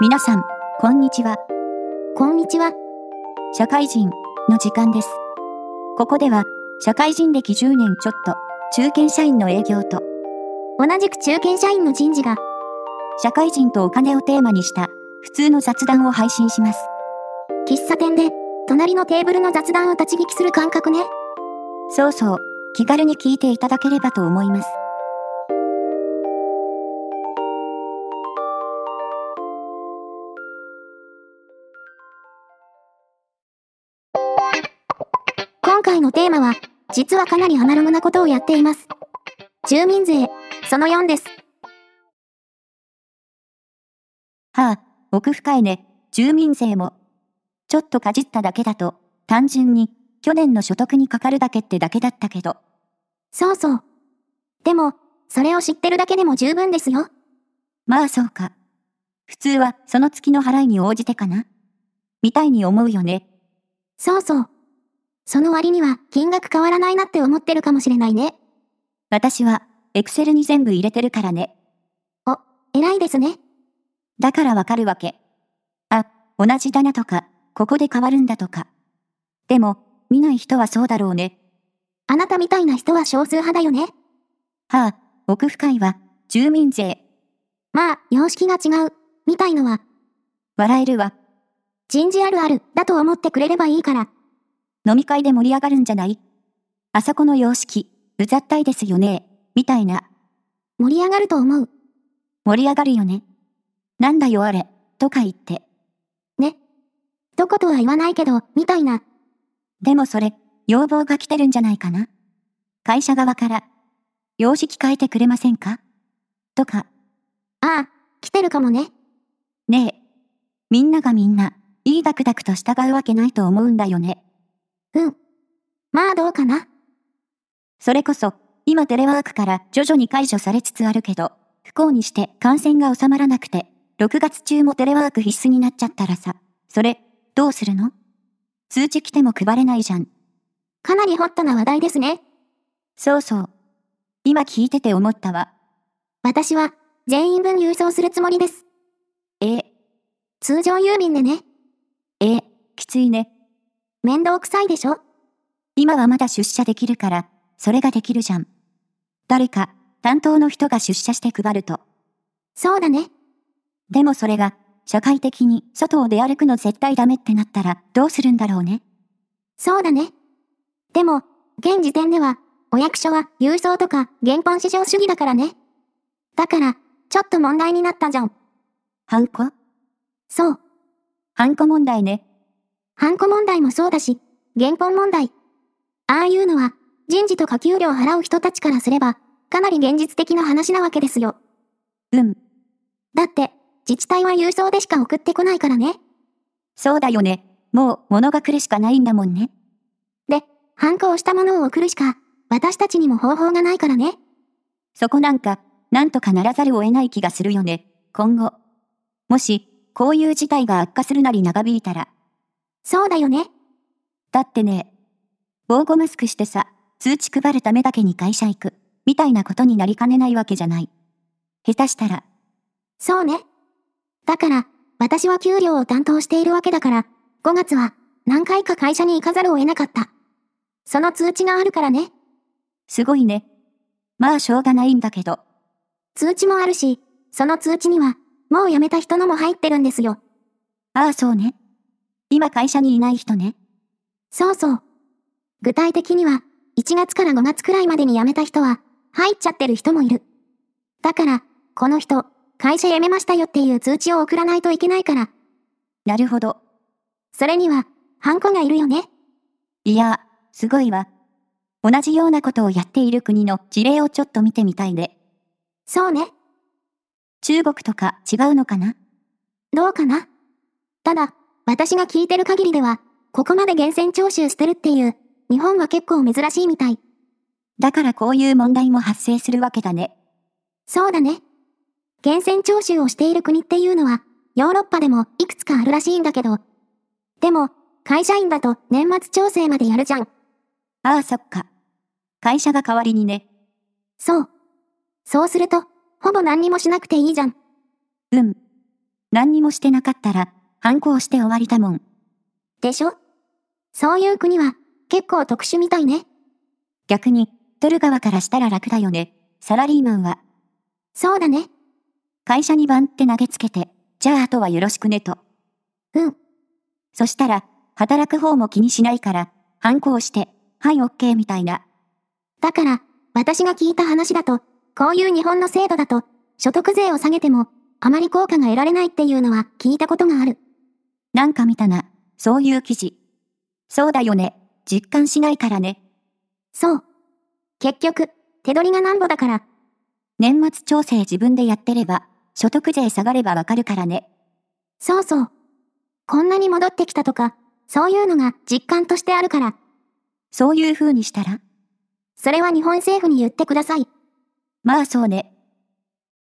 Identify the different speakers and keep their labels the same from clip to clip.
Speaker 1: 皆さん、こんにちは。
Speaker 2: こんにちは。
Speaker 1: 社会人の時間です。ここでは、社会人歴10年ちょっと、中堅社員の営業と、
Speaker 2: 同じく中堅社員の人事が、
Speaker 1: 社会人とお金をテーマにした、普通の雑談を配信します。
Speaker 2: 喫茶店で、隣のテーブルの雑談を立ち聞きする感覚ね。
Speaker 1: そうそう、気軽に聞いていただければと思います。
Speaker 2: 今回のテーマは、実はかなりアナログなことをやっています。住民税、その4です。
Speaker 1: はあ、奥深いね、住民税も。ちょっとかじっただけだと、単純に、去年の所得にかかるだけってだけだったけど、
Speaker 2: そうそう。でも、それを知ってるだけでも十分ですよ。
Speaker 1: まあそうか。普通は、その月の払いに応じてかなみたいに思うよね。
Speaker 2: そうそう。その割には、金額変わらないなって思ってるかもしれないね。
Speaker 1: 私は、エクセルに全部入れてるからね。
Speaker 2: 偉いですね。
Speaker 1: だからわかるわけ。あ、同じだなとか、ここで変わるんだとか。でも、見ない人はそうだろうね。
Speaker 2: あなたみたいな人は少数派だよね。
Speaker 1: はあ、奥深いわ、住民税。
Speaker 2: まあ、様式が違う、みたいのは、
Speaker 1: 笑えるわ、
Speaker 2: 人事あるある、だと思ってくれればいいから。
Speaker 1: 飲み会で盛り上がるんじゃないあそこの様式、うざったいですよね、みたいな。
Speaker 2: 盛り上がると思う。
Speaker 1: 盛り上がるよね。なんだよあれ、とか言って。
Speaker 2: どことは言わないけど、みたいな。
Speaker 1: でもそれ、要望が来てるんじゃないかな会社側から、様式変えてくれませんかとか、
Speaker 2: ああ、来てるかもね。
Speaker 1: ねえ。みんながみんな、いいダクダクと従うわけないと思うんだよね。
Speaker 2: うん。まあどうかな。
Speaker 1: それこそ、今テレワークから徐々に解除されつつあるけど、不幸にして感染が収まらなくて、6月中もテレワーク必須になっちゃったらさ、それ、どうするの通知来ても配れないじゃん。
Speaker 2: かなりホットな話題ですね。
Speaker 1: そうそう。今聞いてて思ったわ。
Speaker 2: 私は、全員分郵送するつもりです。
Speaker 1: え、
Speaker 2: 通常郵便でね。
Speaker 1: え、きついね。
Speaker 2: 面倒くさいでしょ
Speaker 1: 今はまだ出社できるから、それができるじゃん。誰か、担当の人が出社して配ると。
Speaker 2: そうだね。
Speaker 1: でもそれが、社会的に外を出歩くの絶対ダメってなったらどうするんだろうね。
Speaker 2: そうだね。でも、現時点では、お役所は郵送とか原本至上主義だからね。だから、ちょっと問題になったじゃん。
Speaker 1: ハンコ
Speaker 2: そう。
Speaker 1: ハンコ問題ね。
Speaker 2: ハンコ問題もそうだし、原本問題。ああいうのは、人事とか給料払う人たちからすれば、かなり現実的な話なわけですよ。
Speaker 1: うん。
Speaker 2: だって、自治体は郵送でしか送ってこないからね。
Speaker 1: そうだよね。もう物が来るしかないんだもんね。
Speaker 2: で、ハンコをしたものを送るしか、私たちにも方法がないからね。
Speaker 1: そこなんか、なんとかならざるを得ない気がするよね。今後。もし、こういう事態が悪化するなり長引いたら。
Speaker 2: そうだよね。
Speaker 1: だってね、防護マスクしてさ、通知配るためだけに会社行く、みたいなことになりかねないわけじゃない。下手したら、
Speaker 2: そうね。だから、私は給料を担当しているわけだから、5月は何回か会社に行かざるを得なかった。その通知があるからね。
Speaker 1: すごいね。まあしょうがないんだけど、
Speaker 2: 通知もあるし、その通知には、もう辞めた人のも入ってるんですよ。
Speaker 1: ああそうね。今会社にいない人ね。
Speaker 2: そうそう。具体的には、1月から5月くらいまでに辞めた人は、入っちゃってる人もいる。だから、この人、会社辞めましたよっていう通知を送らないといけないから、
Speaker 1: なるほど。
Speaker 2: それには、ハンコがいるよね。
Speaker 1: いや、すごいわ。同じようなことをやっている国の事例をちょっと見てみたいで。
Speaker 2: そうね。
Speaker 1: 中国とか違うのかな
Speaker 2: どうかなただ、私が聞いてる限りでは、ここまで厳選徴収してるっていう、日本は結構珍しいみたい。
Speaker 1: だからこういう問題も発生するわけだね。
Speaker 2: そうだね。厳選徴収をしている国っていうのは、ヨーロッパでもいくつかあるらしいんだけど。でも、会社員だと年末調整までやるじゃん。
Speaker 1: ああそっか。会社が代わりにね。
Speaker 2: そう。そうすると、ほぼ何にもしなくていいじゃん。
Speaker 1: うん。何にもしてなかったら、反抗して終わりだもん。
Speaker 2: でしょそういう国は結構特殊みたいね。
Speaker 1: 逆に、取る側からしたら楽だよね。サラリーマンは、
Speaker 2: そうだね。
Speaker 1: 会社に番って投げつけて、じゃああとはよろしくねと。
Speaker 2: うん。
Speaker 1: そしたら、働く方も気にしないから、反抗して、はいオッケーみたいな。
Speaker 2: だから、私が聞いた話だと、こういう日本の制度だと、所得税を下げても、あまり効果が得られないっていうのは聞いたことがある。
Speaker 1: なんか見たな、そういう記事。そうだよね、実感しないからね。
Speaker 2: そう。結局、手取りがなんぼだから、
Speaker 1: 年末調整自分でやってれば、所得税下がればわかるからね。
Speaker 2: そうそう。こんなに戻ってきたとか、そういうのが実感としてあるから、
Speaker 1: そういう風にしたら
Speaker 2: それは日本政府に言ってください。
Speaker 1: まあそうね。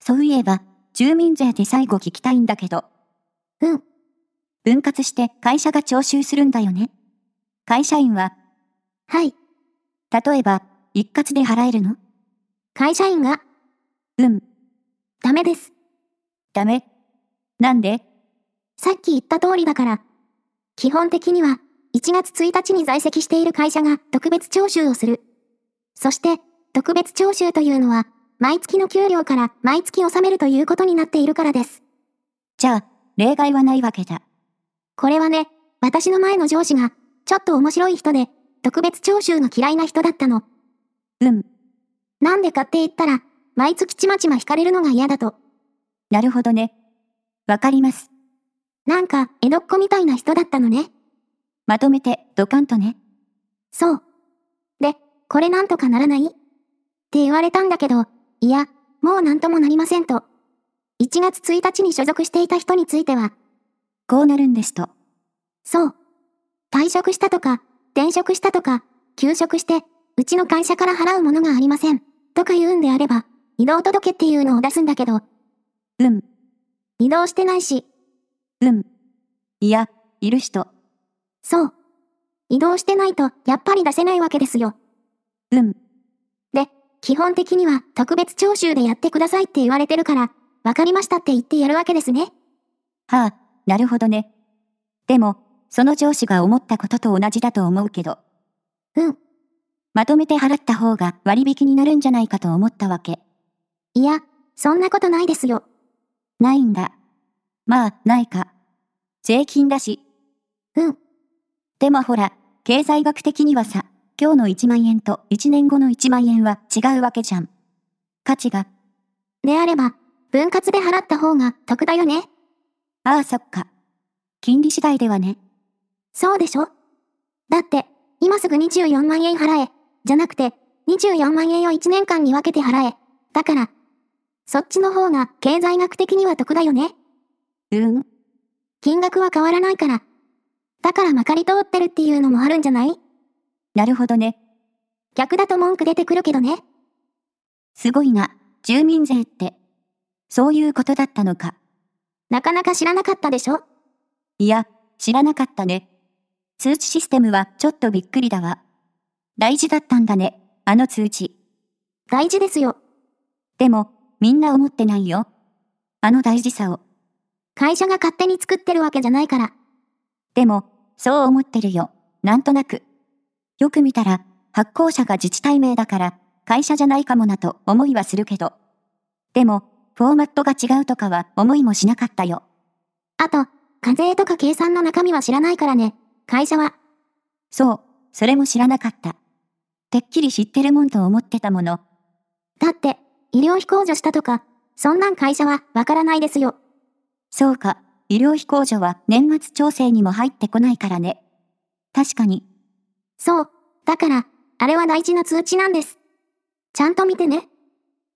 Speaker 1: そういえば、住民税で最後聞きたいんだけど。
Speaker 2: うん。
Speaker 1: 分割して会社が徴収するんだよね。会社員は、
Speaker 2: はい。
Speaker 1: 例えば、一括で払えるの
Speaker 2: 会社員が、
Speaker 1: うん、
Speaker 2: ダメです。
Speaker 1: ダメ。なんで
Speaker 2: さっき言った通りだから。基本的には、1月1日に在籍している会社が特別徴収をする。そして、特別徴収というのは、毎月の給料から毎月納めるということになっているからです。
Speaker 1: じゃあ、例外はないわけだ。
Speaker 2: これはね、私の前の上司が、ちょっと面白い人で、特別徴収が嫌いな人だったの。
Speaker 1: うん、
Speaker 2: なんでかって言ったら、毎月ちまちま引かれるのが嫌だと。
Speaker 1: なるほどね。わかります。
Speaker 2: なんか、江戸っ子みたいな人だったのね。
Speaker 1: まとめて、ドカンとね。
Speaker 2: そう。で、これなんとかならないって言われたんだけど、いや、もうなんともなりませんと。1月1日に所属していた人については、
Speaker 1: こうなるんですと。
Speaker 2: そう。退職したとか、転職したとか、休職して、うちの会社から払うものがありません。とか言うんであれば、移動届っていうのを出すんだけど、
Speaker 1: うん、
Speaker 2: 移動してないし、
Speaker 1: うん。いや、いる人。
Speaker 2: そう。移動してないと、やっぱり出せないわけですよ。
Speaker 1: うん、
Speaker 2: で、基本的には特別徴収でやってくださいって言われてるから、わかりましたって言ってやるわけですね。
Speaker 1: はあ、なるほどね。でも、その上司が思ったことと同じだと思うけど。
Speaker 2: うん。
Speaker 1: まとめて払った方が割引になるんじゃないかと思ったわけ。
Speaker 2: いや、そんなことないですよ。
Speaker 1: ないんだ。まあ、ないか。税金だし。
Speaker 2: うん。
Speaker 1: でもほら、経済学的にはさ、今日の1万円と1年後の1万円は違うわけじゃん。価値が、
Speaker 2: であれば、分割で払った方が得だよね。
Speaker 1: ああそっか。金利次第ではね。
Speaker 2: そうでしょだって、今すぐ24万円払え、じゃなくて、24万円を1年間に分けて払え。だから、そっちの方が経済学的には得だよね。
Speaker 1: うん。
Speaker 2: 金額は変わらないから。だからまかり通ってるっていうのもあるんじゃない
Speaker 1: なるほどね。
Speaker 2: 逆だと文句出てくるけどね。
Speaker 1: すごいな。住民税って。そういうことだったのか。
Speaker 2: なかなか知らなかったでしょ
Speaker 1: いや、知らなかったね。通知システムはちょっとびっくりだわ。大事だったんだね。あの通知。
Speaker 2: 大事ですよ。
Speaker 1: でも、みんな思ってないよ。あの大事さを。
Speaker 2: 会社が勝手に作ってるわけじゃないから。
Speaker 1: でも、そう思ってるよ。なんとなく。よく見たら、発行者が自治体名だから、会社じゃないかもなと思いはするけど。でも、フォーマットが違うとかは思いもしなかったよ。
Speaker 2: あと、課税とか計算の中身は知らないからね。会社は。
Speaker 1: そう、それも知らなかった。てっきり知ってるもんと思ってたもの。
Speaker 2: だって、医療費控除したとか、そんなん会社はわからないですよ。
Speaker 1: そうか、医療費控除は年末調整にも入ってこないからね。確かに、
Speaker 2: そう。だから、あれは大事な通知なんです。ちゃんと見てね。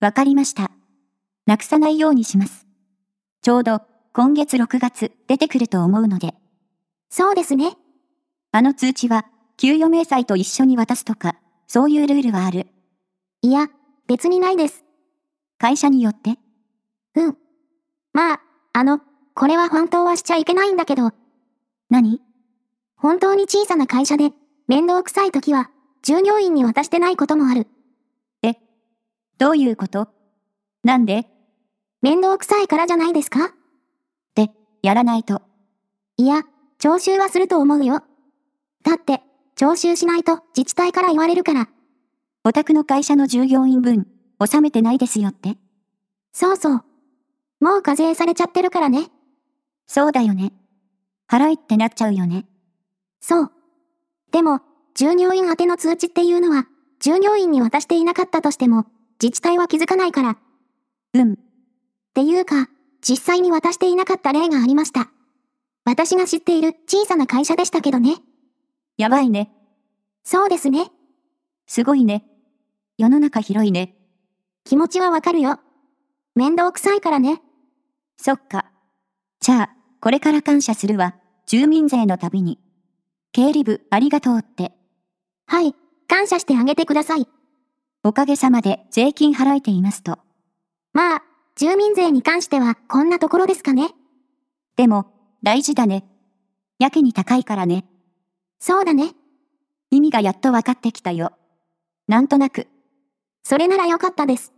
Speaker 1: わかりました。なくさないようにします。ちょうど、今月6月出てくると思うので。
Speaker 2: そうですね。
Speaker 1: あの通知は、給与明細と一緒に渡すとか、そういうルールはある。
Speaker 2: いや、別にないです。
Speaker 1: 会社によって。
Speaker 2: うん。まあ、あの、これは本当はしちゃいけないんだけど、
Speaker 1: 何
Speaker 2: 本当に小さな会社で、面倒くさい時は、従業員に渡してないこともある。
Speaker 1: どういうことなんで
Speaker 2: 面倒くさいからじゃないですか
Speaker 1: って、やらないと。
Speaker 2: いや、徴収はすると思うよ。だって、徴収しないと自治体から言われるから。
Speaker 1: お宅の会社の従業員分、納めてないですよって。
Speaker 2: そうそう。もう課税されちゃってるからね。
Speaker 1: そうだよね。払いってなっちゃうよね。
Speaker 2: そう。でも、従業員宛ての通知っていうのは、従業員に渡していなかったとしても、自治体は気づかないから。っ
Speaker 1: うん、
Speaker 2: ていうか、実際に渡していなかった例がありました。私が知っている小さな会社でしたけどね。
Speaker 1: やばいね。
Speaker 2: そうですね。
Speaker 1: すごいね。世の中広いね。
Speaker 2: 気持ちはわかるよ。面倒くさいからね。
Speaker 1: そっか。じゃあ、これから感謝するわ。住民税の旅に。経理部、ありがとうって。
Speaker 2: はい。感謝してあげてください。
Speaker 1: おかげさまで税金払えていますと。
Speaker 2: まあ、住民税に関してはこんなところですかね。
Speaker 1: でも、大事だね。やけに高いからね。
Speaker 2: そうだね。
Speaker 1: 意味がやっと分かってきたよ。なんとなく。
Speaker 2: それならよかったです。